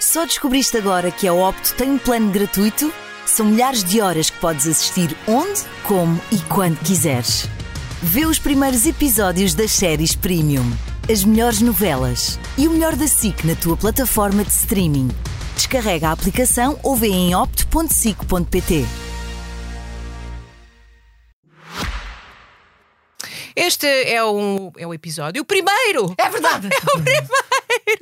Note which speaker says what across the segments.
Speaker 1: Só descobriste agora que a Opto tem um plano gratuito? São milhares de horas que podes assistir onde, como e quando quiseres. Vê os primeiros episódios das séries Premium, as melhores novelas e o melhor da SIC na tua plataforma de streaming. Descarrega a aplicação ou vê em opto.sic.pt.
Speaker 2: Este é um, é um episódio. O primeiro!
Speaker 3: É verdade!
Speaker 2: O primeiro!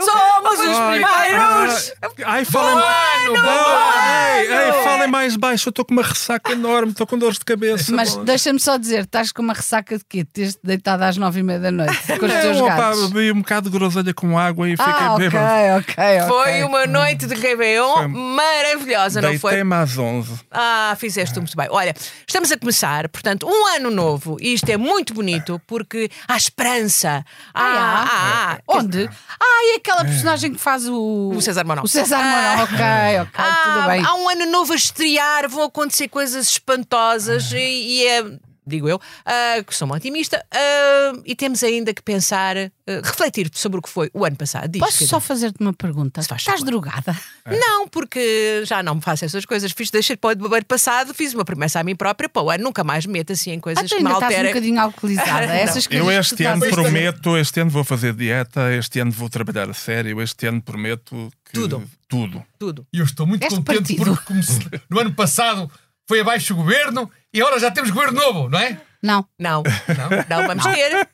Speaker 3: Somos os
Speaker 4: Ai,
Speaker 3: primeiros!
Speaker 4: ai, Ai, falem mais. Ei, ei, falem mais baixo. Eu estou com uma ressaca enorme, estou com dores de cabeça.
Speaker 5: Mas
Speaker 4: bolas.
Speaker 5: deixa-me só dizer, estás com uma ressaca de quê? Teres deitado às nove e meia da noite com os teus
Speaker 4: Não, opá,
Speaker 5: gatos.
Speaker 4: bebi um bocado de groselha com água e fiquei
Speaker 5: Ah, ok,
Speaker 4: bêbado.
Speaker 5: ok, ok.
Speaker 2: Foi uma noite de Réveillon
Speaker 4: Foi.
Speaker 2: maravilhosa, não foi?
Speaker 4: Deitei-me às 11.
Speaker 2: Ah, fizeste muito bem. Olha, estamos a começar, portanto, um ano novo. E isto é muito bonito porque há esperança.
Speaker 5: Ah,
Speaker 2: Ah, ah, ah.
Speaker 5: Onde? Ah, e aquela personagem que faz o.
Speaker 2: É. O César Manuel.
Speaker 5: O César Manuel, ok, ok, tudo bem.
Speaker 2: Há um ano novo a estrear, vão acontecer coisas espantosas e, e é, digo eu, ah, que sou uma otimista, ah, e temos ainda que pensar, ah, refletir sobre o que foi o ano passado. Diz,
Speaker 5: Posso
Speaker 2: Pedro.
Speaker 5: só fazer-te uma pergunta?
Speaker 2: então. faz
Speaker 5: Estás
Speaker 2: favor.
Speaker 5: drogada?
Speaker 2: Não, porque já não me faço essas coisas. Fiz deixar para o ano passado, fiz uma promessa a mim própria, pô, ah, nunca mais me meto assim em
Speaker 5: Ah,
Speaker 2: coisas
Speaker 5: tu
Speaker 2: que me
Speaker 5: ainda estás um
Speaker 2: alterem.
Speaker 5: bocadinho alcoolizada. Essas coisas
Speaker 4: Eu
Speaker 5: que tu
Speaker 4: este
Speaker 5: estás
Speaker 4: ano
Speaker 5: a dizer.
Speaker 4: prometo, este ano vou fazer dieta, este ano vou trabalhar a sério, este ano prometo que
Speaker 2: Tudo.
Speaker 4: tudo. Um
Speaker 2: Tudo.
Speaker 6: E eu estou muito
Speaker 5: Este
Speaker 6: contente
Speaker 5: partido.
Speaker 6: porque como se- no ano passado foi abaixo o governo e agora já temos governo novo, não é?
Speaker 5: Não.
Speaker 2: Não, não, não vamos ter.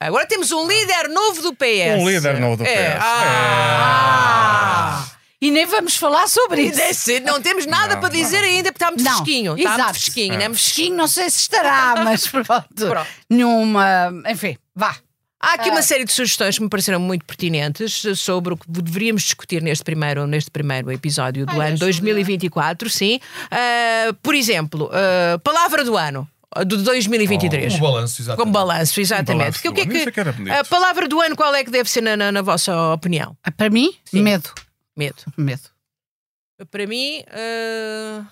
Speaker 2: Agora temos um líder novo do PS.
Speaker 4: Um líder novo do
Speaker 2: É,
Speaker 4: PS.
Speaker 2: Ah.
Speaker 5: E nem vamos falar sobre
Speaker 2: E
Speaker 5: isso.
Speaker 2: desse- Não temos nada para dizer ainda, porque está muito
Speaker 5: É. Não.
Speaker 2: fresquinho. Está muito
Speaker 5: Exato.
Speaker 2: fresquinho, não é?
Speaker 5: Fresquinho, não sei se estará, mas pronto.
Speaker 2: Pronto.
Speaker 5: Nenhuma. Enfim, vá.
Speaker 2: Há aqui uma série de sugestões que me pareceram muito pertinentes eh, sobre o que deveríamos discutir neste primeiro, neste primeiro episódio do
Speaker 5: Ai,
Speaker 2: ano
Speaker 5: deixa eu
Speaker 2: 2024, sim. Ah, por exemplo, ah, palavra do ano, ah, do 2023.
Speaker 6: O balanço, exatamente.
Speaker 2: Como balanço, exatamente.
Speaker 4: Oh, Um balanço
Speaker 2: Que o que é
Speaker 4: do ano. Isso é que era bonito.
Speaker 2: a palavra do ano, qual é que deve ser na, na- na vossa opinião?
Speaker 5: Ah, Para mim, medo.
Speaker 2: Medo.
Speaker 5: Medo.
Speaker 2: Para mim, ah,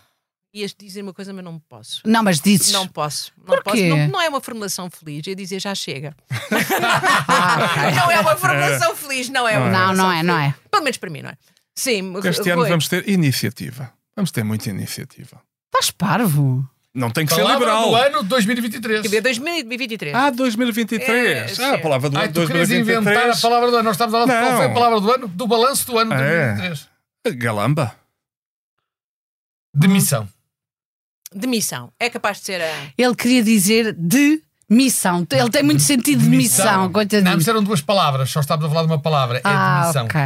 Speaker 2: ias dizer uma coisa, mas não posso.
Speaker 5: Não, mas dizes.
Speaker 2: Não posso. Não,
Speaker 5: Porquê?
Speaker 2: posso. Não, não é uma formulação feliz. É dizer já chega.
Speaker 5: Ah,
Speaker 2: Não é uma formulação feliz, não é uma
Speaker 5: ok. não, não é, não é.
Speaker 2: Pelo menos para mim, não é? Sim,
Speaker 4: Este ano
Speaker 2: Rui,
Speaker 4: vamos ter iniciativa. Vamos ter muita iniciativa.
Speaker 5: Estás parvo.
Speaker 4: Não tem que ser
Speaker 6: Palavra
Speaker 4: liberal.
Speaker 6: do ano
Speaker 2: que
Speaker 6: 2023.
Speaker 2: ver 2023.
Speaker 4: Ah, 2023.
Speaker 2: É,
Speaker 4: ah, a
Speaker 2: sim.
Speaker 4: palavra do
Speaker 6: Ai,
Speaker 4: ano
Speaker 6: tu querias
Speaker 4: 2023.
Speaker 6: inventar a palavra do ano. Nós estávamos a falar de
Speaker 4: Não.
Speaker 6: qual foi a palavra do ano, do balanço do ano
Speaker 4: Ah, é.
Speaker 6: 2023.
Speaker 4: Galamba.
Speaker 5: Hum.
Speaker 6: Demissão.
Speaker 2: Demissão. É capaz de ser a.
Speaker 5: Ele queria dizer de missão. Ele tem muito sentido de missão, coitadinho.
Speaker 6: Não, mas eram duas palavras, só estávamos a falar de uma palavra. É
Speaker 5: ah,
Speaker 6: demissão.
Speaker 5: ok,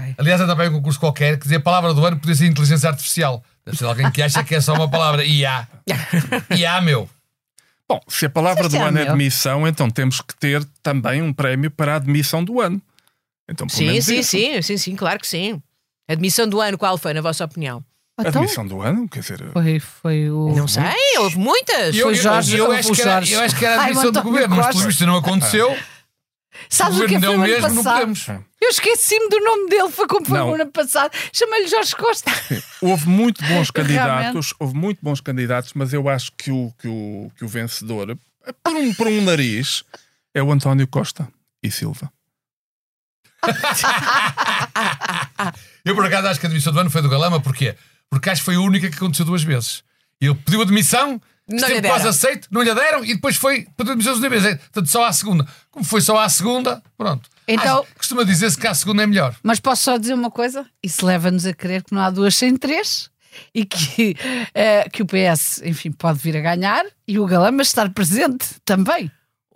Speaker 5: ok.
Speaker 6: Aliás, anda bem um concurso qualquer que dizia a palavra do ano podia ser inteligência artificial. Deve ser alguém que acha que é só uma palavra. IA. IA, meu.
Speaker 4: Bom, se a palavra
Speaker 5: Este
Speaker 4: do
Speaker 5: é
Speaker 4: ano é
Speaker 5: meu.
Speaker 4: admissão, então temos que ter também um prémio para a admissão do ano. Então, pelo
Speaker 2: Sim,
Speaker 4: menos
Speaker 2: sim,
Speaker 4: isso.
Speaker 2: sim, sim, sim, claro que sim. Admissão do ano, qual foi, na vossa opinião?
Speaker 5: Então,
Speaker 4: Admissão do ano, quer dizer,
Speaker 5: foi, foi o.
Speaker 6: é um
Speaker 2: Não sei, houve muitas.
Speaker 6: Eu,
Speaker 5: Foi Jorge,
Speaker 6: eu, eu,
Speaker 5: houve
Speaker 6: acho
Speaker 5: o
Speaker 6: que era,
Speaker 5: Jorge.
Speaker 6: eu acho que era
Speaker 5: Ai, o
Speaker 6: a admissão do
Speaker 5: António
Speaker 6: governo, mas
Speaker 5: Costa.
Speaker 6: pelo visto não aconteceu.
Speaker 5: Sabes o que é que foi
Speaker 6: deu
Speaker 5: o ano
Speaker 6: mesmo, não
Speaker 5: passado?
Speaker 6: podemos.
Speaker 5: Eu esqueci-me do nome dele, foi como foi
Speaker 4: Não.
Speaker 5: o ano passado. Chamei-lhe Jorge Costa.
Speaker 4: houve muito bons
Speaker 5: Realmente.
Speaker 4: candidatos, houve muito bons candidatos, mas eu acho que o, que o, que o vencedor, eh, por um, por um nariz, é o António Costa e Silva.
Speaker 6: Eu, por acaso, acho que a demissão do ano foi do Galama, porquê? Porque acho que foi a única que aconteceu duas vezes. Ele pediu a demissão,
Speaker 2: Não
Speaker 6: esteve
Speaker 2: lhe deram.
Speaker 6: quase aceito, não lhe deram e depois foi pediu a demissão duas vezes. É, Portanto, só à segunda. Como foi só à segunda, pronto.
Speaker 5: Então-
Speaker 6: Acho- costuma dizer-se que à segunda é melhor.
Speaker 5: Mas posso só dizer uma coisa? Isso leva-nos a crer que não há duas sem três e que, eh, que o PS, enfim, pode vir a ganhar e o Galama estar presente também.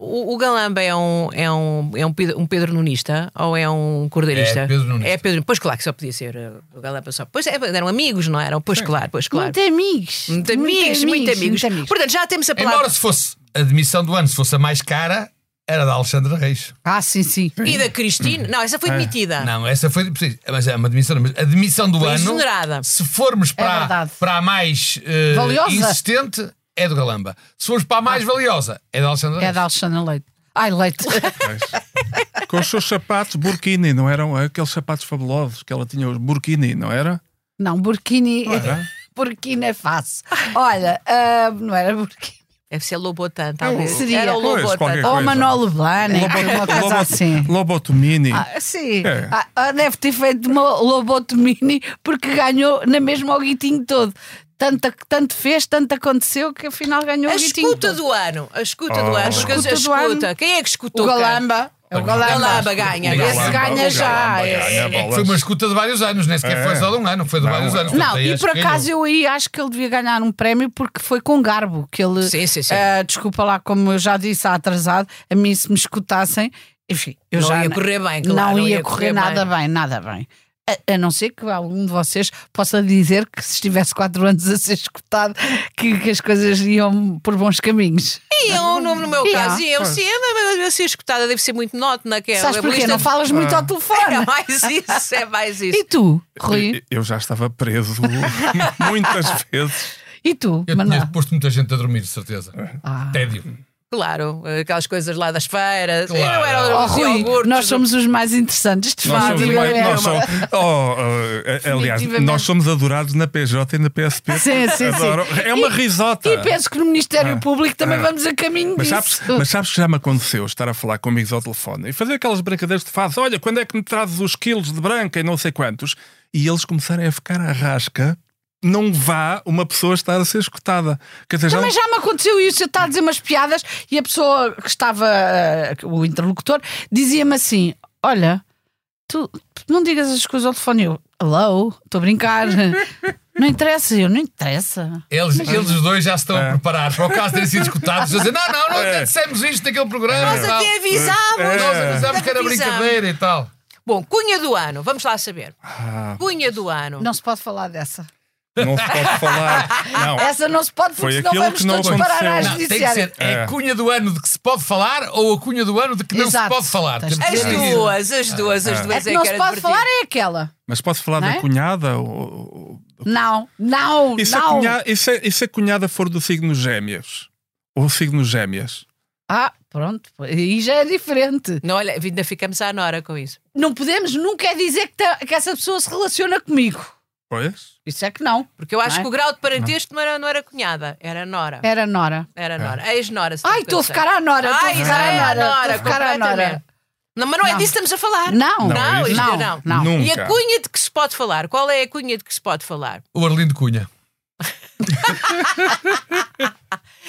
Speaker 2: O, o Galamba é um, é, um, é um Pedro, um Pedro Nunista ou é um cordeirista?
Speaker 6: É Pedro Nunista.
Speaker 2: É Pedro- Pois claro que só podia ser uh, o Galamba só. Pois é, eram amigos, não eram? Pois claro, pois claro.
Speaker 5: Muito amigos.
Speaker 2: Muito amigos, muito amigos. Portanto, já temos a palavra.
Speaker 6: Embora se fosse a demissão do ano, se fosse a mais cara, era da Alexandra Reis.
Speaker 5: Ah, sim, sim.
Speaker 2: E da Cristina? Não, essa foi demitida.
Speaker 6: Não, essa foi preciso. Mas é uma demissão, mas a demissão do
Speaker 2: Foi
Speaker 6: ano.
Speaker 2: exonerada.
Speaker 6: Se formos para,
Speaker 5: É verdade.
Speaker 6: para a mais eh,
Speaker 5: Valiosa. Ah.
Speaker 6: insistente, é do Galamba. Se formos para a mais valiosa, é da Alexandra Reis.
Speaker 5: É da Alexandra Leite. Ai, Leite.
Speaker 4: Mas, com os seus sapatos burkini, não eram aqueles sapatos fabulosos que ela tinha, os burkini, não era?
Speaker 5: Não, Burkini.
Speaker 4: Não era?
Speaker 5: Burkina Faso. Olha, ah, não era Burkina.
Speaker 2: Deve ser Lobotan, talvez.
Speaker 5: Seria.
Speaker 2: Era o
Speaker 4: Pois,
Speaker 2: Lobotan. Oh,
Speaker 4: qualquer
Speaker 5: Ou
Speaker 4: coisa.
Speaker 5: Manolo Blahnik, é, né? uma coisa assim.
Speaker 4: Lobotomini.
Speaker 5: Ah, sim,
Speaker 4: É.
Speaker 5: Ah, ah, deve ter feito uma lobotomia porque ganhou na mesma o guitinho todo. Tanto, tanto fez, tanto aconteceu que afinal ganhou
Speaker 2: A
Speaker 5: o guitinho
Speaker 2: escuta
Speaker 5: todo.
Speaker 2: do ano. A escuta
Speaker 4: Oh.
Speaker 2: do ano.
Speaker 4: A
Speaker 2: Escuta,
Speaker 5: escuta do ano.
Speaker 2: Quem é que escutou?
Speaker 5: O
Speaker 2: cá?
Speaker 5: Galamba. É o Galamba.
Speaker 2: Galamba ganha.
Speaker 5: Esse
Speaker 2: Galamba,
Speaker 5: ganha
Speaker 4: o
Speaker 5: já.
Speaker 4: Galamba
Speaker 5: é.
Speaker 4: ganha.
Speaker 6: É que foi uma escuta de vários anos, nem sequer
Speaker 4: É.
Speaker 6: foi só de um ano, foi de
Speaker 4: Não,
Speaker 6: vários
Speaker 4: é.
Speaker 6: anos.
Speaker 5: Não,
Speaker 6: Portanto, aí
Speaker 5: e
Speaker 6: acho
Speaker 5: por
Speaker 6: que ganhou.
Speaker 5: acaso eu aí acho que ele devia ganhar um prémio porque foi com garbo que ele.
Speaker 2: Sim, sim, sim.
Speaker 5: eh, desculpa lá, como eu já disse, há atrasado, a mim se me escutassem, enfim, eu
Speaker 2: Não
Speaker 5: já
Speaker 2: ia correr bem, claro,
Speaker 5: não, ia, correr, nada bem, nada bem. A, a não ser que algum de vocês possa dizer que se estivesse quatro anos a ser escutado, que, que as coisas iam por bons caminhos.
Speaker 2: E eu, no, no meu
Speaker 5: Yeah.
Speaker 2: caso, e eu sim, mas a ser escutada deve ser muito nótona. Que é
Speaker 5: Sabes
Speaker 2: a
Speaker 5: porquê?
Speaker 2: lista-
Speaker 5: Não falas muito ao
Speaker 2: É
Speaker 5: telefone.
Speaker 2: mais isso, é mais
Speaker 5: E
Speaker 2: isso.
Speaker 5: tu, Rui?
Speaker 4: Ah. Eu já estava preso muitas vezes.
Speaker 5: E tu,
Speaker 6: Eu
Speaker 5: Manuel?
Speaker 6: tinha posto muita gente a dormir, de certeza.
Speaker 5: Ah.
Speaker 6: Tédio.
Speaker 2: Claro, aquelas coisas lá das feiras.
Speaker 6: Claro.
Speaker 2: Eu era
Speaker 5: Oh,
Speaker 2: os
Speaker 5: Rui,
Speaker 2: iogurtes,
Speaker 5: nós somos os mais interessantes. De
Speaker 4: Nós
Speaker 5: facto,
Speaker 4: somos,
Speaker 5: eu
Speaker 4: mais-
Speaker 5: era
Speaker 4: nós
Speaker 5: uma-
Speaker 4: somos- Oh, eh, aliás,
Speaker 5: Definitivamente.
Speaker 4: nós somos adorados na PJ e na PSP.
Speaker 5: Sim, sim, sim.
Speaker 4: Adoro. É uma risota.
Speaker 5: E penso que no Ministério Público também
Speaker 4: ah.
Speaker 5: vamos a caminho
Speaker 4: Mas sabes,
Speaker 5: disso.
Speaker 4: mas sabes que já me aconteceu estar a falar com amigos ao telefone e fazer aquelas brincadeiras de faz, olha, quando é que me trazes os quilos de branca e não sei quantos? E eles começarem a ficar à rasca, não vá uma pessoa estar a ser escutada. Quer dizer, já
Speaker 5: Também já me aconteceu isso, eu estava a dizer umas piadas e a pessoa que estava, eh, o interlocutor, dizia-me assim: Olha, tu não digas as coisas ao telefone. Eu, hello, estou a brincar. não interessa, eu, não interessa.
Speaker 6: Eles, eles os dois já se estão
Speaker 4: É.
Speaker 6: a preparar para o caso de terem sido escutados. a dizer, não, não, não
Speaker 4: É.
Speaker 6: dissemos isto naquele programa.
Speaker 2: Nós
Speaker 6: e tal.
Speaker 2: até
Speaker 5: é
Speaker 2: avisámos.
Speaker 6: Nós avisámos
Speaker 2: Até
Speaker 6: que era
Speaker 2: avisámos.
Speaker 6: brincadeira e tal.
Speaker 2: Bom, cunha do ano, vamos lá saber.
Speaker 4: Ah,
Speaker 2: Cunha do ano.
Speaker 5: Não se pode falar dessa.
Speaker 4: não se pode falar. Não.
Speaker 5: Essa não se pode,
Speaker 4: Foi
Speaker 5: porque senão
Speaker 4: aquilo
Speaker 5: vamos
Speaker 4: que não
Speaker 5: todos parar
Speaker 4: aconteceu.
Speaker 5: à
Speaker 6: Não, tem que ser
Speaker 5: judiciária.
Speaker 6: é.
Speaker 4: É.
Speaker 6: a cunha do ano de que se pode falar ou a cunha do ano de que não se
Speaker 5: Exato.
Speaker 6: pode falar.
Speaker 5: Tens
Speaker 6: Temos
Speaker 5: de
Speaker 6: que
Speaker 2: As
Speaker 5: dizer
Speaker 6: decidir.
Speaker 2: duas, as duas,
Speaker 4: Ah,
Speaker 2: as
Speaker 5: É
Speaker 2: duas.
Speaker 5: que não
Speaker 2: que
Speaker 5: se
Speaker 2: era
Speaker 5: pode
Speaker 2: divertido.
Speaker 5: falar, é aquela.
Speaker 4: Mas posso falar
Speaker 5: Não é?
Speaker 4: da cunhada? Ou- ou- ou-
Speaker 5: Não, não,
Speaker 4: E, se a
Speaker 5: não.
Speaker 4: cunhada, e, se, e se a cunhada for do signo gêmeos? Ou signo gêmeas?
Speaker 5: Ah, pronto, aí já é diferente.
Speaker 2: Não, olha, ainda ficamos à Nora com isso.
Speaker 5: Não podemos nunca é dizer que, ta- que essa pessoa se relaciona comigo.
Speaker 4: Pois?
Speaker 5: Isso é que não.
Speaker 2: Porque eu acho
Speaker 5: Não é?
Speaker 2: que o grau de parentesco não era, não era cunhada, era Nora.
Speaker 5: Era Nora.
Speaker 4: É.
Speaker 2: Era Nora. Ex-Nora. se
Speaker 5: Ai,
Speaker 2: não
Speaker 5: estou a
Speaker 2: sei.
Speaker 5: ficar à Nora. Estou a
Speaker 2: Ai,
Speaker 5: ficar
Speaker 2: já é
Speaker 5: à
Speaker 2: a
Speaker 5: Nora. Estou a
Speaker 2: Nora,
Speaker 5: ficar à Nora.
Speaker 2: completamente. Não, mas não é
Speaker 5: Não.
Speaker 2: disso que estamos a falar.
Speaker 5: Não,
Speaker 4: Não,
Speaker 5: não,
Speaker 4: isto
Speaker 5: não.
Speaker 2: não.
Speaker 5: não.
Speaker 4: Nunca.
Speaker 2: E a cunha de que se pode falar? Qual é a cunha de que se pode falar?
Speaker 6: O Arlindo Cunha.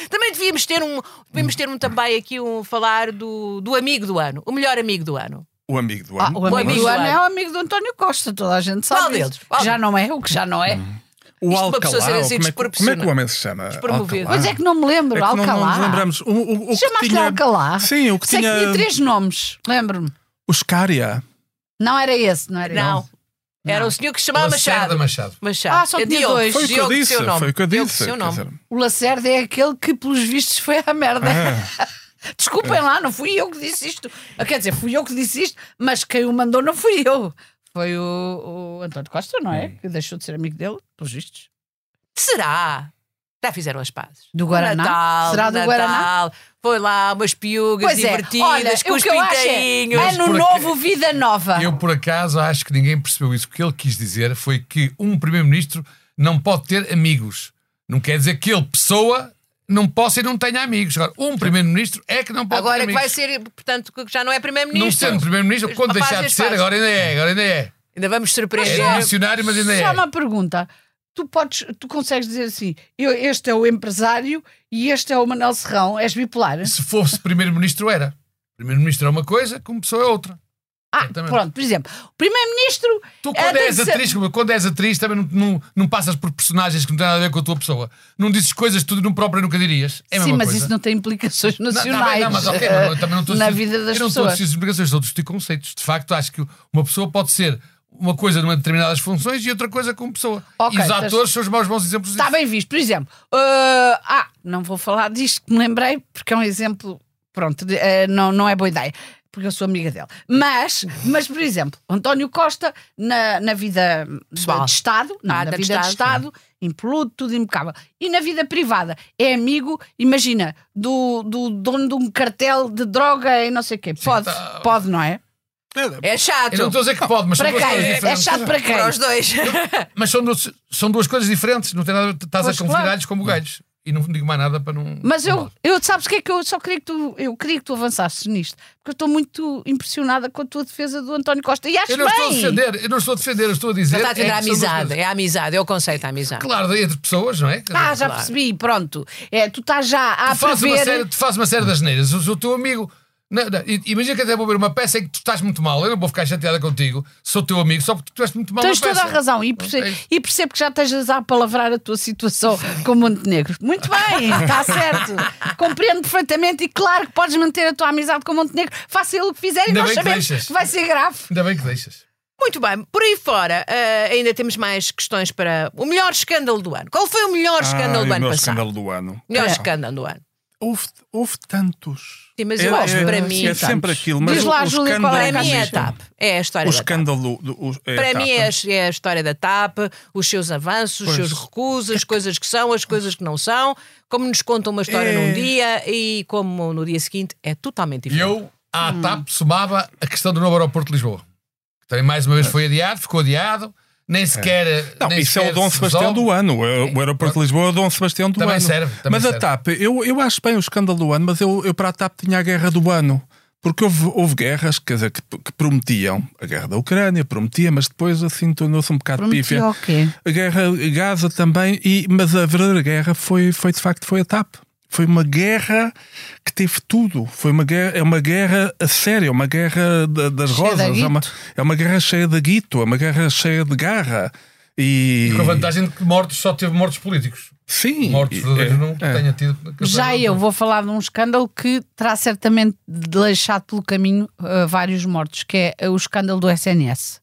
Speaker 2: Também devíamos ter um, devíamos ter um também aqui um falar do, do amigo do ano, o melhor amigo do ano.
Speaker 4: O amigo do
Speaker 5: Ah,
Speaker 4: ano.
Speaker 5: o amigo,
Speaker 2: amigo
Speaker 5: do
Speaker 2: do
Speaker 5: ano
Speaker 2: ano.
Speaker 5: é o amigo do António Costa, toda a gente sabe.
Speaker 2: Qual
Speaker 5: isso.
Speaker 2: deles? Qual?
Speaker 5: Que já não é, o que já não é.
Speaker 4: O
Speaker 2: Isto uma pessoa
Speaker 4: Alcalá,
Speaker 2: ser
Speaker 4: ou
Speaker 2: assim
Speaker 4: como, é, que- como é que o homem se chama?
Speaker 2: despromovido.
Speaker 4: Alcalá?
Speaker 5: Pois é que não me lembro,
Speaker 4: É que não-
Speaker 5: Alcalá.
Speaker 4: Não, nos lembramos. O, o, o que
Speaker 5: Chamaste-lhe
Speaker 4: tinha...
Speaker 5: Alcalá?
Speaker 4: Sim, o que
Speaker 5: Sei
Speaker 4: tinha.
Speaker 5: que tinha três nomes, lembro-me.
Speaker 4: O Scária.
Speaker 5: Não era esse, não era
Speaker 2: Não.
Speaker 5: esse.
Speaker 2: Era o senhor que se chamava
Speaker 6: Lacerda
Speaker 2: Machado.
Speaker 6: Machado.
Speaker 2: Machado.
Speaker 5: Ah, só
Speaker 2: É
Speaker 5: tinha
Speaker 2: Diogo,
Speaker 5: dois.
Speaker 4: Foi o que eu
Speaker 2: Diogo,
Speaker 4: disse.
Speaker 2: seu nome.
Speaker 4: Foi o que eu
Speaker 2: Diogo,
Speaker 4: disse.
Speaker 2: seu
Speaker 4: quer
Speaker 2: nome.
Speaker 4: dizer,
Speaker 5: O Lacerda é aquele que, pelos vistos, foi à merda.
Speaker 4: ah,
Speaker 5: Desculpem lá, não fui eu que disse isto. Ah, Quer dizer, fui eu que disse isto, mas quem o mandou não fui eu. Foi o, o António Costa, não é? Que deixou de ser amigo dele, pelos vistos.
Speaker 2: Será? Já fizeram as pazes.
Speaker 5: Do Guaraná?
Speaker 2: Natal,
Speaker 5: Será do
Speaker 2: Natal.
Speaker 5: Guaraná? é,
Speaker 2: Foi lá umas piugas divertidas com
Speaker 5: o
Speaker 2: os
Speaker 5: que eu acho é
Speaker 2: pinteinhos.
Speaker 5: ano
Speaker 6: Porque-
Speaker 5: novo, vida nova.
Speaker 6: Eu, por acaso, acho que ninguém percebeu isso. O que ele quis dizer foi que um primeiro-ministro não pode ter amigos. Não quer dizer que ele, pessoa, não possa e não tenha amigos. Agora, um primeiro-ministro é que não pode
Speaker 2: Agora
Speaker 6: ter
Speaker 2: é que
Speaker 6: amigos.
Speaker 2: vai ser, portanto, que já não é
Speaker 6: Não
Speaker 2: primeiro-ministro.
Speaker 6: sendo primeiro-ministro, quando
Speaker 2: Rapaz,
Speaker 6: deixar de
Speaker 2: este
Speaker 6: ser,
Speaker 2: faz.
Speaker 6: agora ainda é, agora ainda é.
Speaker 2: Ainda vamos
Speaker 6: É
Speaker 2: surpreender.
Speaker 6: dimissionário, mas ainda é.
Speaker 5: Só uma pergunta. Tu, podes, tu consegues dizer assim: eu, este é o empresário e este é o Manel Serrão, és bipolar?
Speaker 6: Se fosse primeiro-ministro, era. Primeiro-ministro é uma coisa, como pessoa é outra.
Speaker 5: Ah,
Speaker 6: Exatamente.
Speaker 5: pronto, por exemplo, primeiro-ministro.
Speaker 6: Tu,
Speaker 5: é,
Speaker 6: quando
Speaker 5: tem
Speaker 6: és
Speaker 5: que ser-
Speaker 6: atriz, quando és atriz, também não, não, não passas por personagens que não têm nada a ver com a tua pessoa. Não dizes coisas que tu não própria nunca dirias. É a
Speaker 5: Sim,
Speaker 6: mesma
Speaker 5: mas
Speaker 6: coisa.
Speaker 5: isso não tem implicações
Speaker 6: Não, tá
Speaker 5: nacionais eh,
Speaker 6: bem, não, mas ok, mas eu também não estou a
Speaker 5: na
Speaker 6: dizer-
Speaker 5: vida das
Speaker 6: eu não estou a
Speaker 5: pessoas.
Speaker 6: dizer explicações, estou a discutir conceitos. De facto, acho que uma pessoa pode ser uma coisa numa determinadas funções e outra coisa como pessoa.
Speaker 5: Ok,
Speaker 6: e os
Speaker 5: estás-
Speaker 6: atores são os mais bons exemplos
Speaker 5: Está
Speaker 6: disso.
Speaker 5: bem visto. Por exemplo, eh, ah, não vou falar disto que me lembrei, porque é um exemplo, pronto, de- eh, não, não é boa ideia, porque eu sou amiga dele. Mas, mas por exemplo, António Costa, na, na vida
Speaker 2: Pessoal.
Speaker 5: de Estado, não,
Speaker 2: Ah, da
Speaker 5: na
Speaker 2: de
Speaker 5: vida de Estado,
Speaker 2: Estado.
Speaker 5: impoluto, tudo impecável. E na vida privada, é amigo, imagina, do, do dono de um cartel de droga e não sei o quê. Pode,
Speaker 6: tá-
Speaker 2: então.
Speaker 5: pode, não é?
Speaker 2: É chato.
Speaker 6: Eu não estou a dizer que pode, mas são
Speaker 5: Para
Speaker 6: duas
Speaker 5: quem?
Speaker 6: coisas
Speaker 5: É, é
Speaker 6: diferentes.
Speaker 5: chato para quem?
Speaker 2: Para os dois.
Speaker 6: Mas são duas, são duas coisas diferentes, não tem nada a ver-
Speaker 5: Pois,
Speaker 6: estás a confundir
Speaker 5: claro.
Speaker 6: alhos como galhos. e não digo mais nada para não.
Speaker 5: Mas eu,
Speaker 6: não-
Speaker 5: eu sabes o que é que eu só queria que tu, eu queria que tu avançasses nisto, porque eu estou muito impressionada com a tua defesa do António Costa e acho
Speaker 6: Eu não estou a
Speaker 5: bem.
Speaker 6: defender, eu não estou a defender, eu estou a dizer.
Speaker 2: Ele está a
Speaker 6: é
Speaker 2: defender a
Speaker 6: que são duas
Speaker 2: amizade, é
Speaker 6: coisas.
Speaker 2: a amizade, é o conceito da amizade.
Speaker 6: Claro, entre pessoas, não é?
Speaker 5: ah, já
Speaker 2: Claro.
Speaker 5: percebi, pronto. É, tu estás já a
Speaker 6: tu fazes uma
Speaker 5: prever.
Speaker 6: série, tu fazes uma série das neiras, eu sou teu amigo. Não, não, i- imagina que até vou ver uma peça em que tu estás muito mal, eu não vou ficar chateada contigo, sou teu amigo, só porque tu és muito mal
Speaker 5: Tens
Speaker 6: na peça.
Speaker 5: toda a razão e percebo,
Speaker 6: Ok.
Speaker 5: e percebo que já estejas a apalavrar a tua situação com Montenegro. Muito bem, está certo. Compreendo perfeitamente e claro que podes manter a tua amizade com Montenegro. Faça ele o que fizer e
Speaker 6: Ainda
Speaker 5: nós
Speaker 6: bem que
Speaker 5: sabemos que,
Speaker 6: deixas.
Speaker 5: vai ser grave.
Speaker 6: Ainda bem que deixas.
Speaker 2: Muito bem, por aí fora, ah, ainda temos mais questões para. O melhor escândalo do ano. Qual foi É o melhor
Speaker 4: Ah,
Speaker 2: escândalo
Speaker 4: e
Speaker 2: do
Speaker 4: o
Speaker 2: ano
Speaker 4: meu
Speaker 2: passado?
Speaker 4: escândalo do ano.
Speaker 2: Melhor
Speaker 5: É.
Speaker 2: escândalo do ano.
Speaker 4: Houve, houve tantos.
Speaker 2: Sim, mas eu acho que para mim.
Speaker 4: É sempre aquilo. Mas
Speaker 5: Diz lá,
Speaker 4: o, o
Speaker 5: Júlia, qual
Speaker 4: escândalo
Speaker 2: Para mim é a
Speaker 4: mesmo.
Speaker 2: TAP. É a história
Speaker 4: O
Speaker 2: da TAP.
Speaker 4: escândalo. do- o- é a
Speaker 2: Para
Speaker 4: TAP.
Speaker 2: mim é a, é a história da TAP, os seus avanços, os seus recusos, as coisas que são, as coisas que não são, como nos contam uma história
Speaker 4: É.
Speaker 2: num dia e como no dia seguinte é totalmente
Speaker 6: E
Speaker 2: diferente.
Speaker 6: eu, à
Speaker 5: Hum.
Speaker 6: TAP, somava a questão do novo aeroporto de Lisboa, que também mais uma vez foi adiado, ficou adiado, nem sequer.
Speaker 4: Não,
Speaker 6: nem
Speaker 4: isso é o
Speaker 6: sequer
Speaker 4: Dom
Speaker 6: se
Speaker 4: Sebastião
Speaker 6: resolve.
Speaker 4: do ano. O o aeroporto de Lisboa é o Dom Sebastião do
Speaker 6: Também
Speaker 4: ano.
Speaker 6: serve, também
Speaker 4: mas
Speaker 6: serve.
Speaker 4: a TAP, eu, eu acho bem o escândalo do ano, mas eu, eu para a TAP tinha a guerra do ano. Porque houve, houve guerras quer dizer, que, que prometiam, a guerra da Ucrânia prometia, mas depois assim tornou-se um bocado
Speaker 5: Prometia
Speaker 4: pífia.
Speaker 5: o quê?
Speaker 4: A guerra de Gaza também, e, mas a verdadeira guerra foi, foi de facto foi a TAP. Foi uma guerra que teve tudo. Foi uma guerra, é uma guerra a sério, é uma guerra da- das
Speaker 5: Cheia de
Speaker 4: rosas, é uma,
Speaker 5: aguito.
Speaker 4: é uma guerra cheia de guito, é uma guerra cheia de garra. E,
Speaker 6: Com a vantagem de que mortos só teve mortos políticos.
Speaker 4: Sim,
Speaker 6: Mortos
Speaker 4: e-
Speaker 6: verdadeiros
Speaker 4: é,
Speaker 6: não
Speaker 4: é.
Speaker 6: tenha tido.
Speaker 5: Já eu vou falar de um escândalo que terá certamente deixado pelo caminho uh, vários mortos, que é o escândalo do SNS.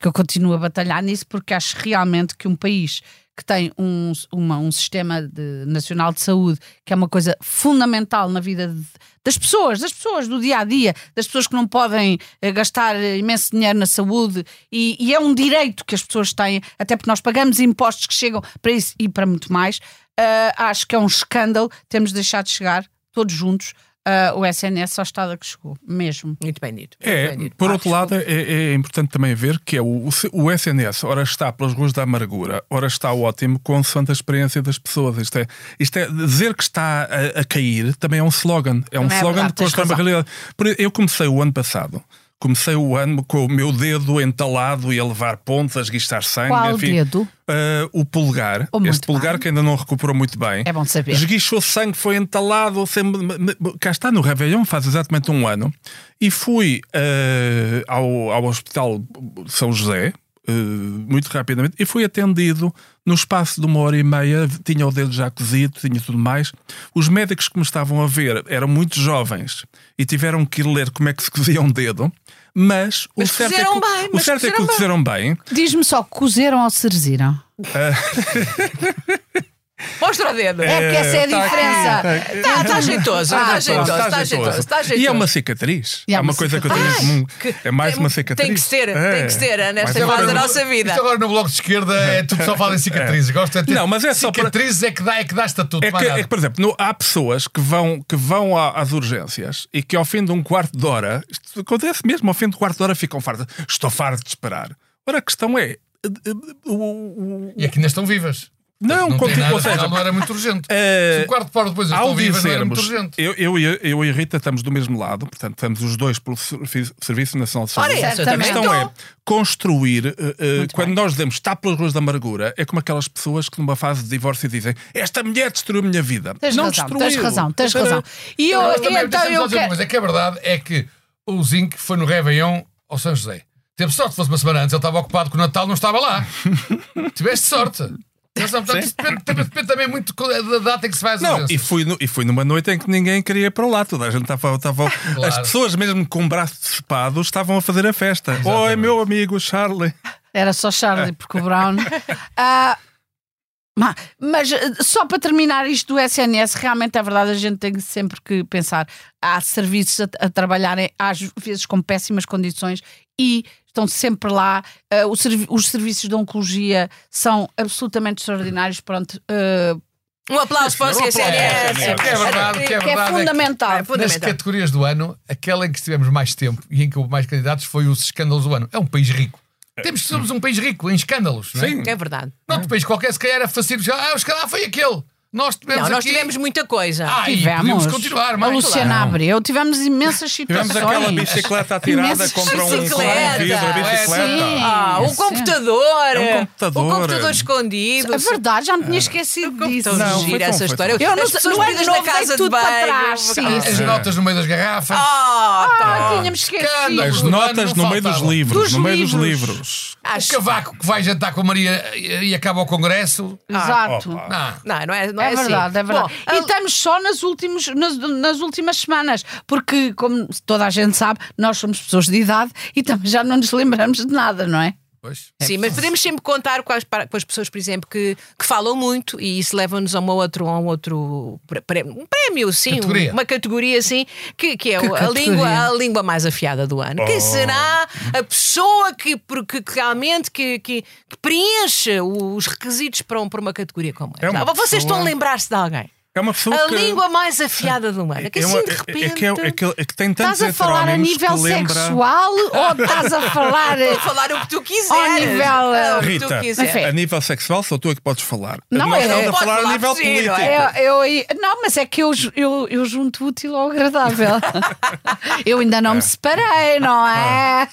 Speaker 5: Que eu continuo a batalhar nisso porque acho realmente que um país que tem um, uma- um sistema de- nacional de saúde que é uma coisa fundamental na vida de- das pessoas, das pessoas do dia a dia, das pessoas que não podem eh, gastar eh, imenso dinheiro na saúde e, e é um direito que as pessoas têm, até porque nós pagamos impostos que chegam para isso e para muito mais. Ah, acho que é um escândalo termos deixado chegar todos juntos ah, o SNS ao estado a que chegou, mesmo.
Speaker 2: Muito bem dito. muito
Speaker 4: É,
Speaker 2: bem dito.
Speaker 4: por
Speaker 2: Ah,
Speaker 4: outro lado, é, é importante também ver que é o, o C- o SNS, ora está pelas ruas da amargura, ora está ótimo, consoante a experiência das pessoas. Isto é, isto é dizer que está a, a cair também é um slogan. É um
Speaker 5: Também é
Speaker 4: slogan
Speaker 5: verdade,
Speaker 4: que constrói
Speaker 5: tens
Speaker 4: uma
Speaker 5: razão.
Speaker 4: realidade. Por exemplo, Eu comecei o ano passado. Comecei o ano com o meu dedo entalado e a levar pontos, a esguichar sangue.
Speaker 5: Qual
Speaker 4: enfim,
Speaker 5: dedo?
Speaker 4: Ah, o polegar.
Speaker 5: Oh, muito
Speaker 4: este polegar
Speaker 5: bem.
Speaker 4: que ainda não recuperou muito bem.
Speaker 5: É bom saber.
Speaker 4: Esguichou sangue, foi entalado. sem- me- me- Cá está no Réveillon, faz exatamente um ano. E fui eh, ao, ao Hospital São José, eh, muito rapidamente, e fui atendido. No espaço de uma hora e meia, tinha o dedo já cozido, tinha tudo mais. Os médicos que me estavam a ver eram muito jovens e tiveram que ir ler como é que se cozia um dedo. Mas,
Speaker 2: Mas
Speaker 4: o certo é
Speaker 2: cozeram
Speaker 4: que,
Speaker 2: bem,
Speaker 4: o
Speaker 2: mas
Speaker 4: certo é que o
Speaker 2: cozeram bem.
Speaker 4: cozeram bem.
Speaker 5: Diz-me só, cozeram ou serziram?
Speaker 2: Mostra o dedo.
Speaker 5: É porque essa é a
Speaker 4: tá aqui,
Speaker 5: diferença.
Speaker 4: tá aqui. tá
Speaker 2: Está tá jeitoso, está jeitoso, está jeitoso, está jeitoso.
Speaker 4: E é uma cicatriz.
Speaker 5: E
Speaker 4: é uma coisa que eu tenho em comum. É mais uma cicatriz.
Speaker 2: Tem que ser,
Speaker 4: É.
Speaker 2: tem que ser, é nesta
Speaker 4: Mas
Speaker 2: fase
Speaker 4: agora-
Speaker 2: da nossa vida.
Speaker 6: Isto agora no bloco de esquerda é tudo só fala em cicatrizes. Gosto é ter-
Speaker 4: Não, mas é só para-
Speaker 6: cicatrizes é que dá, é que dá estatuto.
Speaker 4: É que,
Speaker 6: mais nada.
Speaker 4: é que, por exemplo, no- há pessoas que vão, que vão à- às urgências e que ao fim de um quarto de hora, isto acontece mesmo, ao fim de um quarto de hora ficam fartas. Estou farto de esperar. Ora, a questão é. eh, eh, o- o-
Speaker 6: E é que ainda estão vivas.
Speaker 4: Não,
Speaker 6: não tem
Speaker 4: contigo,
Speaker 6: nada,
Speaker 4: ou seja,
Speaker 6: afinal não era muito urgente.
Speaker 4: eh,
Speaker 6: Se um quarto de hora depois eles
Speaker 4: ao
Speaker 6: estão vivas, não era muito
Speaker 4: dizermos,
Speaker 6: urgente.
Speaker 4: eu, eu, e a- eu e a Rita estamos do mesmo lado, portanto, estamos os dois pelo Servi- Serviço Nacional de Saúde.
Speaker 2: Ora,
Speaker 4: a
Speaker 5: exatamente.
Speaker 4: questão é construir, eh, eh, quando
Speaker 5: bem.
Speaker 4: nós dizemos está pelas ruas da amargura, é como aquelas pessoas que numa fase de divórcio dizem esta mulher destruiu a minha vida.
Speaker 5: Tens
Speaker 4: Não
Speaker 5: razão,
Speaker 4: destruiu. Então,
Speaker 5: tens razão, tens
Speaker 4: Era-
Speaker 5: razão. E eu,
Speaker 6: Mas também,
Speaker 5: então
Speaker 6: deixa-me só
Speaker 5: eu
Speaker 6: dizer uma
Speaker 5: quero.
Speaker 6: coisa, é que a verdade é que o Zinc foi no Réveillon ao São José. Teve sorte, se fosse uma semana antes, ele estava ocupado com o Natal, não estava lá. Tiveste sorte. Tens razão, Portanto, isso depende, depende- depende também muito da data em que se faz
Speaker 4: Não, e fui, no- e fui numa noite em que ninguém queria ir para lá, toda a gente estava. estava As pessoas, mesmo com o braço despado, estavam a fazer a festa. Oi, meu amigo Charlie.
Speaker 5: Era só Charlie, porque o Brown. Ah, ma- mas eh, só para terminar isto do SNS, realmente é verdade, a gente tem sempre que pensar. Há serviços a, a trabalharem, às vezes com péssimas condições e estão sempre lá. Ah, o servi- os serviços de oncologia são absolutamente extraordinários. Pronto, eh,
Speaker 2: Um aplauso para o
Speaker 6: Senhor, um
Speaker 2: CSNS.
Speaker 6: aplauso. É verdade, que é
Speaker 5: que é
Speaker 6: verdade, é que-
Speaker 5: fundamental.
Speaker 2: É
Speaker 6: Nas
Speaker 2: fundamental.
Speaker 6: categorias do ano, aquela em que estivemos mais tempo e em que houve mais candidatos foi os escândalos do ano. É um país rico. Temos, somos um país rico em escândalos, não é?
Speaker 4: Sim.
Speaker 2: É verdade.
Speaker 6: Noutro país qualquer, se calhar era fácil já. Ah, o escândalo ah, foi aquele. Nós tivemos
Speaker 2: Não, nós
Speaker 6: aqui-
Speaker 2: tivemos muita coisa.
Speaker 6: Ah, e podíamos
Speaker 5: Tivemos.
Speaker 6: continuar,
Speaker 5: a
Speaker 6: mais
Speaker 5: Luciana
Speaker 6: claro.
Speaker 5: Abreu, tivemos imensas situações.
Speaker 4: Tivemos aquela bicicleta atirada
Speaker 5: Imensas
Speaker 4: contra um, contra um vidro,
Speaker 2: bicicletas.
Speaker 4: a bicicleta.
Speaker 5: Sim.
Speaker 2: Ah, o
Speaker 5: Sim.
Speaker 2: computador,
Speaker 4: É um computador.
Speaker 2: o computador escondido.
Speaker 5: É verdade, já me tinha esquecido disso. Ah,
Speaker 2: Então,
Speaker 4: Não, foi
Speaker 2: gira
Speaker 4: bom,
Speaker 2: essa
Speaker 4: foi um.
Speaker 2: história.
Speaker 4: bom.
Speaker 5: Eu não
Speaker 2: As
Speaker 5: sei-
Speaker 2: pessoas
Speaker 5: no ano
Speaker 2: vidas
Speaker 5: novo
Speaker 2: na
Speaker 5: veio
Speaker 2: casa de
Speaker 5: tudo para
Speaker 2: banho.
Speaker 5: trás, sim.
Speaker 6: As notas no meio das garrafas.
Speaker 2: Ah, tá.
Speaker 5: Ah, tínhamos esquecido.
Speaker 6: Escândalos.
Speaker 4: As
Speaker 6: Não,
Speaker 4: notas
Speaker 6: não
Speaker 4: no meio dos
Speaker 6: faltava.
Speaker 4: livros,
Speaker 5: Dos
Speaker 4: no meio dos
Speaker 5: livros.
Speaker 4: livros.
Speaker 6: O
Speaker 2: Acho.
Speaker 6: cavaco que vai jantar com a Maria e, e acaba o Congresso. Ah,
Speaker 5: Exato.
Speaker 4: opa.
Speaker 6: Não.
Speaker 2: Não, não é, não
Speaker 5: É,
Speaker 2: é, assim.
Speaker 5: verdade, é verdade.
Speaker 2: Bom,
Speaker 5: e
Speaker 2: a-
Speaker 5: estamos só nas, últimos, nas, nas últimas semanas, porque, como toda a gente sabe, nós somos pessoas de idade e também já não nos lembramos de nada, não é?
Speaker 6: Pois.
Speaker 2: Sim, mas podemos sempre contar com as, para- com as pessoas, por exemplo, que, que falam muito e isso leva-nos a, uma outro, a um outro pré- pré- um prémio, sim,
Speaker 6: Categoria.
Speaker 2: uma categoria assim, que, que é
Speaker 5: Que
Speaker 2: o- a,
Speaker 5: categoria?
Speaker 2: língua, a língua mais afiada do ano.
Speaker 4: Oh.
Speaker 2: Quem será a pessoa que, por- que realmente que, que- que preenche os requisitos para, um- para uma categoria como
Speaker 4: É
Speaker 2: esta?
Speaker 4: uma
Speaker 2: Vocês estão a
Speaker 4: pessoa-
Speaker 2: lembrar-se de alguém?
Speaker 4: É uma pessoa
Speaker 2: A
Speaker 4: que...
Speaker 2: língua mais afiada do ano. Que
Speaker 4: é
Speaker 2: assim
Speaker 4: uma-
Speaker 2: de
Speaker 4: é-
Speaker 2: repente.
Speaker 4: É que, é, é que, é que tem tantos
Speaker 5: Estás a falar a
Speaker 4: heterónimos
Speaker 5: nível
Speaker 4: que lembra...
Speaker 5: sexual ou estás a falar.
Speaker 2: Falar o que tu quiseres.
Speaker 5: Ao nível,
Speaker 2: Ah, o que tu
Speaker 4: Rita,
Speaker 5: Enfim.
Speaker 2: quiseres.
Speaker 4: a nível sexual só tu é que podes falar.
Speaker 5: Não,
Speaker 4: Nós
Speaker 5: é-
Speaker 4: estamos a
Speaker 2: Pode
Speaker 4: falar a
Speaker 2: falar
Speaker 4: nível
Speaker 2: por si, não é?
Speaker 4: político.
Speaker 5: Eu, eu- não, mas é que eu, ju- eu, eu junto útil ao agradável. eu ainda não me separei, não é?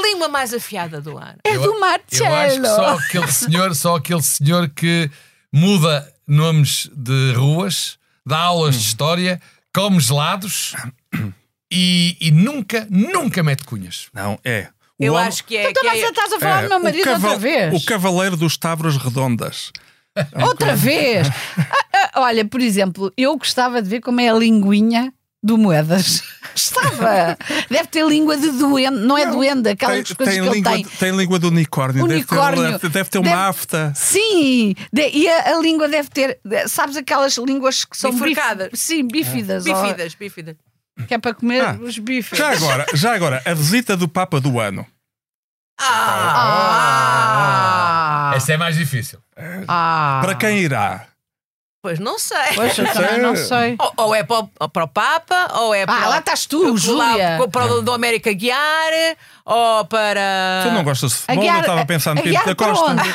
Speaker 2: Língua mais afiada do ano.
Speaker 5: É do
Speaker 6: Eu acho que só
Speaker 5: Marcelo.
Speaker 6: aquele senhor, só aquele senhor que muda nomes de ruas, dá aulas de história, come gelados e, e nunca, nunca mete cunhas.
Speaker 4: Não, é. O
Speaker 2: Eu
Speaker 4: homem-
Speaker 2: acho que é.
Speaker 5: Então,
Speaker 2: que
Speaker 5: mas
Speaker 2: é-
Speaker 5: estás a falar
Speaker 4: é,
Speaker 5: do meu marido
Speaker 4: o cava-
Speaker 5: outra vez.
Speaker 4: O cavaleiro dos Tavros Redondas.
Speaker 5: Outra vez! Ah, ah, olha, por exemplo, eu gostava de ver como é a linguinha do Moedas. Gostava! Deve ter língua de doende, não é doende, aquelas coisas que ele
Speaker 4: língua,
Speaker 5: tem.
Speaker 4: tem língua do unicórnio.
Speaker 5: Unicórnio.
Speaker 4: Deve ter, deve ter uma
Speaker 5: Deve-
Speaker 4: afta.
Speaker 5: Sim! De- e a, a língua deve ter, de- sabes aquelas línguas que são bif-
Speaker 2: Bifurcadas. É.
Speaker 5: sim, bífidas. ó,
Speaker 2: Bífidas, bífidas.
Speaker 5: que é para comer
Speaker 4: Ah,
Speaker 5: os bifes.
Speaker 4: Já agora, já agora, a visita do Papa do ano.
Speaker 2: Ah!
Speaker 5: Ah,
Speaker 6: Essa é mais difícil.
Speaker 5: ah.
Speaker 4: Para quem irá?
Speaker 2: Pois não sei.
Speaker 5: Pois, eu também não sei.
Speaker 2: Ou, ou é para o, ou para o Papa, ou é para.
Speaker 5: Ah, lá estás tu, Júlia.
Speaker 2: Para, o do América Guiar, ou para.
Speaker 4: Tu não gostas de futebol? eu estava a pensar no
Speaker 5: Ah, a
Speaker 4: Pinto
Speaker 5: guiar
Speaker 4: da
Speaker 5: para
Speaker 4: Costa.
Speaker 5: Onde?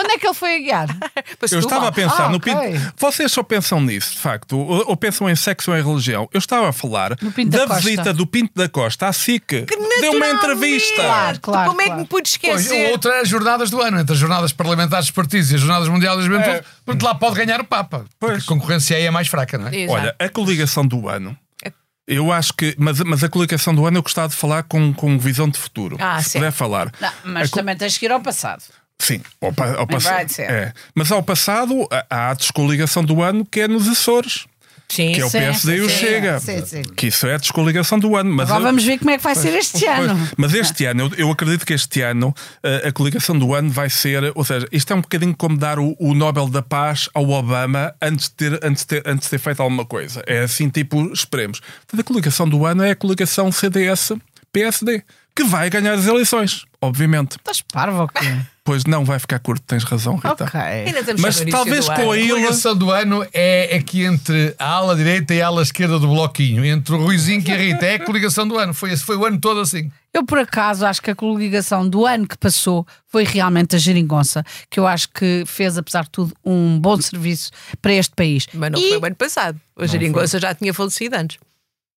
Speaker 5: Onde é que ele foi a guiar?
Speaker 2: Para
Speaker 4: Eu
Speaker 2: Setúbal.
Speaker 4: estava a pensar
Speaker 5: Ah,
Speaker 4: no
Speaker 5: ok.
Speaker 4: Pinto. Vocês só pensam nisso, de facto, ou, ou pensam em sexo ou em religião. Eu estava a falar
Speaker 5: No Pinto
Speaker 4: da,
Speaker 5: da Costa.
Speaker 4: visita do Pinto da Costa à SIC. Deu uma entrevista.
Speaker 5: Claro, claro,
Speaker 2: Como é que
Speaker 5: claro.
Speaker 2: me pude
Speaker 6: Pois,
Speaker 2: esquecer?
Speaker 6: a outra é as jornadas do ano, entre as jornadas parlamentares dos partidos e as jornadas mundiais do mesmo todo, porque lá pode ganhar o Papa. Porque
Speaker 4: Pois.
Speaker 6: a concorrência aí é mais fraca, não é?
Speaker 2: Exato.
Speaker 4: Olha, a coligação do ano.
Speaker 5: É.
Speaker 4: Eu acho que. Mas, mas a coligação do ano eu gostava de falar com, com visão de futuro.
Speaker 2: Ah,
Speaker 4: se
Speaker 2: sim.
Speaker 4: puder falar.
Speaker 5: Não, mas também tens que ir ao passado.
Speaker 4: Sim, ao, pa-
Speaker 5: vai
Speaker 4: ao passado.
Speaker 5: ser.
Speaker 4: É. Mas ao passado a- há a descoligação do ano que é nos Açores,
Speaker 2: Sim,
Speaker 4: que é o
Speaker 5: sim,
Speaker 4: PSD e o
Speaker 5: sim,
Speaker 4: Chega.
Speaker 5: sim, sim.
Speaker 4: Que isso é a descoligação do ano. Mas
Speaker 5: Agora
Speaker 4: eu-
Speaker 5: vamos ver como é que vai ser este
Speaker 4: Pois,
Speaker 5: ano.
Speaker 4: Mas este ano, eu, eu acredito que este ano eh, a coligação do ano vai ser, ou seja, isto é um bocadinho como dar o, o Nobel da Paz ao Obama antes de, ter, antes, de ter, antes de ter feito alguma coisa. É assim, tipo, esperemos. Portanto, a coligação do ano é a coligação CDS-PSD, que vai ganhar as eleições, obviamente.
Speaker 5: Estás parvo ou quê?
Speaker 4: Pois não vai ficar curto, tens razão, Rita.
Speaker 5: Ok.
Speaker 2: Ainda estamos
Speaker 4: Mas
Speaker 2: só no início
Speaker 4: talvez
Speaker 2: do
Speaker 4: com a
Speaker 2: ano.
Speaker 6: A
Speaker 4: ilha.
Speaker 6: coligação do ano é aqui entre a ala direita e a ala esquerda do bloquinho, entre o Ruizinho e a Rita. É a coligação do ano. Foi, esse- foi o ano todo assim.
Speaker 5: Eu, por acaso, acho que a coligação do ano que passou foi realmente a geringonça, que eu acho que fez, apesar de tudo, um bom serviço para este país.
Speaker 2: Mas não
Speaker 5: e...
Speaker 2: foi o ano passado. A Geringonça já tinha falecido antes.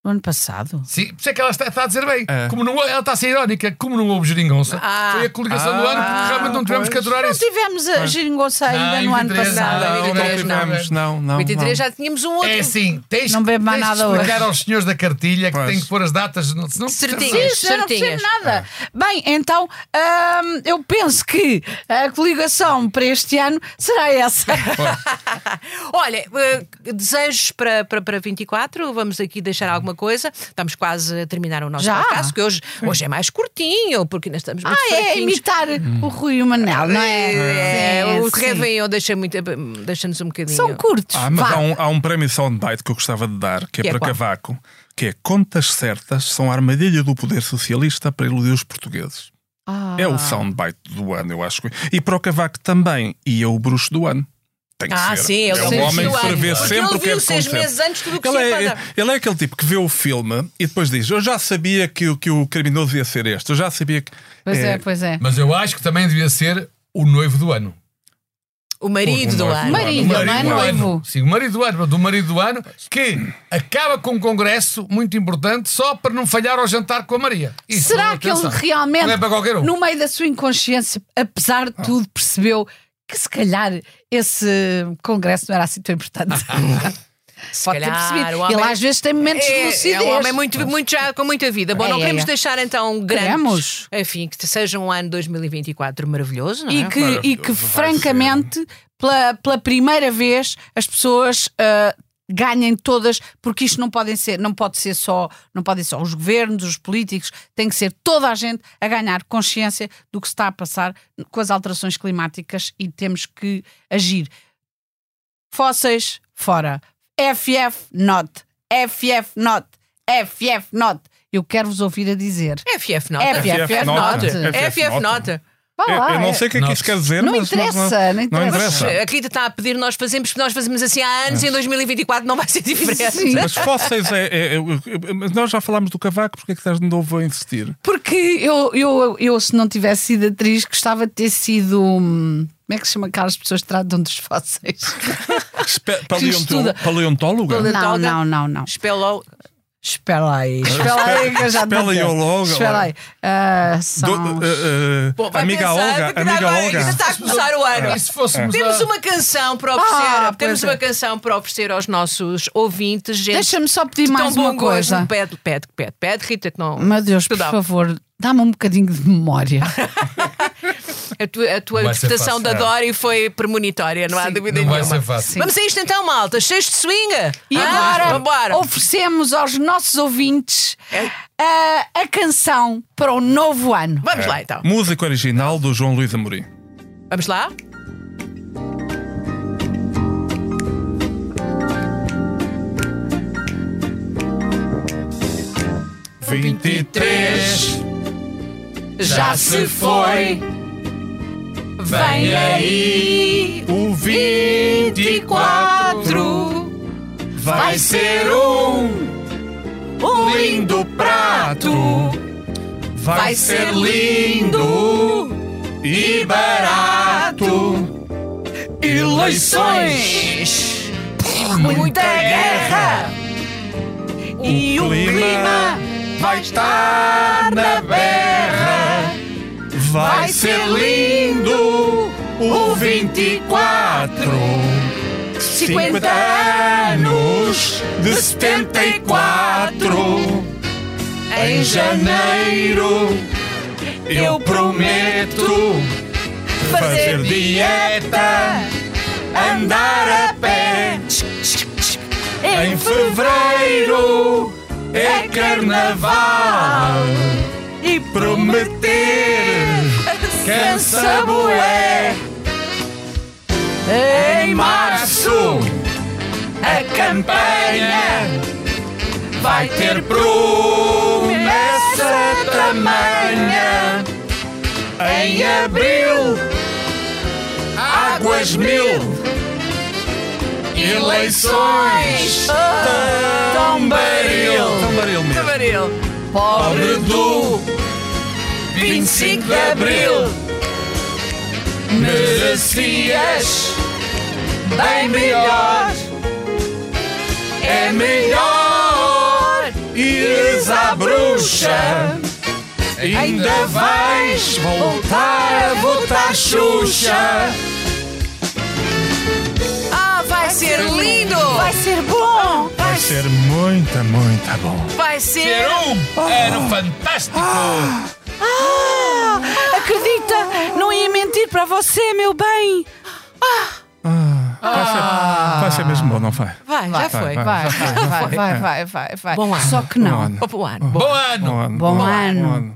Speaker 5: o ano passado.
Speaker 6: Sim, por isso é que ela está, está a dizer bem. Como não, ela está a ser irónica. Como não houve geringonça,
Speaker 2: Ah.
Speaker 6: foi a coligação do ano porque realmente não tivemos que aturar
Speaker 5: Não
Speaker 6: isso.
Speaker 5: tivemos a geringonça ainda
Speaker 6: em
Speaker 5: no ano
Speaker 6: 23,
Speaker 2: Não,
Speaker 5: passado.
Speaker 4: Não, não
Speaker 2: 23 não.
Speaker 4: tivemos, não, não.
Speaker 2: 83
Speaker 4: não.
Speaker 2: já tínhamos um outro.
Speaker 6: É assim, tens,
Speaker 5: Não bebe mais
Speaker 6: tens de
Speaker 5: nada hoje.
Speaker 6: explicar aos senhores da cartilha que
Speaker 4: Pois.
Speaker 6: têm que pôr as datas. Não, senão-
Speaker 2: Certinho.
Speaker 5: Isso, eu não percebo
Speaker 2: certinhas.
Speaker 5: nada. Bem, então hum, eu penso que a coligação para este ano será essa.
Speaker 2: Ah, Olha, eh, desejos para, para, para 24, vamos aqui deixar alguma coisa. Estamos quase a terminar o nosso
Speaker 5: Já?
Speaker 2: podcast, que hoje, hoje é mais curtinho, porque ainda estamos muito
Speaker 5: Ah, é
Speaker 2: fraquinhos.
Speaker 5: imitar o Rui e o Manel, não é?
Speaker 2: É,
Speaker 5: Sim,
Speaker 2: o
Speaker 5: sim.
Speaker 2: Réveillon deixa muito- deixa-nos um bocadinho.
Speaker 5: São curtos.
Speaker 4: Ah, mas
Speaker 5: vá.
Speaker 4: há um, há um prémio soundbite que eu gostava de dar, que é
Speaker 2: Que é
Speaker 4: para
Speaker 2: qual?
Speaker 4: Cavaco, que é contas certas são a armadilha do poder socialista para iludir os portugueses.
Speaker 5: Ah.
Speaker 4: É o soundbite do ano, eu acho. que- E para o Cavaco também, e é o bruxo do ano. Tem que
Speaker 2: Ah,
Speaker 4: ser.
Speaker 2: sim, ele
Speaker 4: é
Speaker 5: tem
Speaker 4: um
Speaker 5: que
Speaker 4: homem
Speaker 5: ser
Speaker 4: que
Speaker 5: o ano.
Speaker 4: prevê
Speaker 2: Porque
Speaker 4: sempre
Speaker 2: ele
Speaker 4: o que é
Speaker 2: viu
Speaker 4: de
Speaker 2: seis
Speaker 4: acontecer.
Speaker 2: meses antes do que
Speaker 4: ele
Speaker 2: se ia
Speaker 4: é,
Speaker 2: passar.
Speaker 4: ele é aquele tipo que vê o filme e depois diz: Eu já sabia que, o- que o criminoso ia ser este, eu já sabia que.
Speaker 5: Pois é, pois é.
Speaker 6: Mas eu acho que também devia ser o noivo do ano.
Speaker 2: O marido
Speaker 4: um
Speaker 2: do ano.
Speaker 5: Marido.
Speaker 6: O
Speaker 5: não é
Speaker 6: do ano.
Speaker 5: noivo.
Speaker 6: Sim, o marido do ano, pronto, o marido do ano, que acaba com um congresso muito importante só para não falhar ao jantar com a Maria. Isso,
Speaker 5: Será que ele
Speaker 6: atenção.
Speaker 5: realmente,
Speaker 6: Não é para qualquer um. Ah.
Speaker 5: no meio da sua inconsciência, apesar de tudo, percebeu que se calhar esse congresso não era assim tão importante?
Speaker 2: Se
Speaker 5: Pode ter
Speaker 2: calhar,
Speaker 5: percebido.
Speaker 2: o homem-
Speaker 5: Ele às vezes tem momentos de
Speaker 2: É,
Speaker 5: lucidez.
Speaker 2: é um homem muito, muito já com muita vida. Bom,
Speaker 5: É,
Speaker 2: não
Speaker 5: é,
Speaker 2: queremos
Speaker 5: é.
Speaker 2: deixar então grandes.
Speaker 5: Queremos.
Speaker 2: Enfim, que seja um ano 2024 maravilhoso, não é?
Speaker 5: e que, e que
Speaker 4: Maravilhoso, vai
Speaker 5: francamente, pela, pela primeira vez, as pessoas ah, ganhem todas, porque isto não podem ser, não pode ser só, não podem só os governos, os políticos, tem que ser toda a gente a ganhar consciência do que se está a passar com as alterações climáticas e temos que agir. Fósseis fora. FF not. FF not. FF not. Eu quero vos ouvir a dizer.
Speaker 2: FF nota.
Speaker 5: FF nota.
Speaker 2: FF nota.
Speaker 5: Vá
Speaker 4: Eu,
Speaker 5: lá,
Speaker 4: eu
Speaker 5: é.
Speaker 4: não sei o que é que isso
Speaker 6: Nossa.
Speaker 4: quer dizer,
Speaker 5: Não
Speaker 4: mas, mas
Speaker 5: interessa, não
Speaker 4: não
Speaker 5: interessa.
Speaker 4: interessa.
Speaker 2: A Rita eh, está a pedir, nós fazemos, porque nós fazemos assim há anos e em 2024 não vai ser diferente.
Speaker 5: Sim.
Speaker 4: Mas fósseis é. é- é- é- mas nós já falámos do cavaco, porque é que estás de novo a insistir?
Speaker 5: Porque eu, eu, eu, se não tivesse sido atriz, gostava de ter sido. hum, Como é que se chama aquelas pessoas que tratam dos fósseis?
Speaker 4: Espe-
Speaker 5: estuda.
Speaker 4: Paleonto, paleontóloga?
Speaker 2: Paleontóloga.
Speaker 5: Não, não, não, não.
Speaker 2: Spello.
Speaker 5: Espera aí. Espera aí que eu já te
Speaker 4: Espera aí,
Speaker 5: digo.
Speaker 4: ó, logo,
Speaker 5: Espera
Speaker 4: lá.
Speaker 5: aí. Ah, são...
Speaker 4: Do- eh, eh,
Speaker 2: Bom, vai
Speaker 4: amiga
Speaker 2: pensar,
Speaker 4: Olga,
Speaker 2: que dá
Speaker 4: amiga
Speaker 2: agora, ainda tá
Speaker 4: Olga.
Speaker 2: está a começar o ano.
Speaker 6: E se fôssemos
Speaker 2: Temos
Speaker 6: a-
Speaker 2: uma canção para oferecer,
Speaker 5: é Ah,
Speaker 2: temos
Speaker 5: pois
Speaker 2: uma
Speaker 5: é.
Speaker 2: canção para oferecer aos nossos ouvintes, gente.
Speaker 5: Deixa-me só
Speaker 2: de
Speaker 5: pedir
Speaker 2: tão
Speaker 5: mais
Speaker 2: bom
Speaker 5: uma
Speaker 2: gosto.
Speaker 5: coisa.
Speaker 2: Pede, pede, pede, pede, Rita, que não.
Speaker 5: Meu Deus, por
Speaker 2: Estudava.
Speaker 5: favor, dá-me um bocadinho de memória.
Speaker 2: A tua, a tua
Speaker 6: Vai ser
Speaker 2: interpretação
Speaker 6: fácil.
Speaker 2: da Dory foi premonitória, não há
Speaker 5: Sim.
Speaker 2: dúvida
Speaker 6: Não vai
Speaker 2: nenhuma.
Speaker 6: ser fácil.
Speaker 5: Sim.
Speaker 2: Vamos a isto então, malta. Cheios de swing.
Speaker 5: E
Speaker 2: Ah,
Speaker 5: agora
Speaker 2: vambora.
Speaker 5: oferecemos aos nossos ouvintes
Speaker 2: É.
Speaker 5: ah, a canção para o novo ano.
Speaker 2: Vamos
Speaker 4: É.
Speaker 2: lá então.
Speaker 4: Música original do João Luís Amorim.
Speaker 2: Vamos lá?
Speaker 4: Vinte
Speaker 2: Três.
Speaker 5: Já se foi, vem aí
Speaker 4: o vinte
Speaker 5: e quatro.
Speaker 4: vai
Speaker 5: ser
Speaker 4: um
Speaker 5: Um lindo prato
Speaker 4: vai
Speaker 5: ser lindo
Speaker 4: e barato.
Speaker 5: Eleições Muita guerra E o um clima
Speaker 4: vai estar na berra. Vai ser lindo o 24. 50 anos de 74. Em janeiro eu prometo fazer dieta, andar a pé. Em fevereiro é carnaval
Speaker 5: E
Speaker 4: prometer cansaboé.
Speaker 5: Em
Speaker 4: Em março a campanha vai ter promessa tamanha. Em abril águas mil eleições tambaril. Tambaril
Speaker 2: Tabaril.
Speaker 5: pobre
Speaker 4: do 25 de Abril. Merecias bem melhor. É melhor ires à bruxa. Ainda vais voltar a votar Xuxa.
Speaker 2: Ah, vai ser lindo!
Speaker 5: Vai ser bom
Speaker 4: Vai ser muita, muita bom.
Speaker 2: Vai ser.
Speaker 6: Era um ano fantástico!
Speaker 5: Acredita, não ia mentir para você, meu bem
Speaker 4: Vai ser mesmo bom, não vai?
Speaker 2: Vai, já foi.
Speaker 4: vai.
Speaker 5: Vai, vai, vai, vai, vai, vai, vai.
Speaker 2: Bom ano.
Speaker 5: Só que não
Speaker 2: Opa, o ano.
Speaker 6: Bom ano!
Speaker 4: ano.
Speaker 5: Bom ano.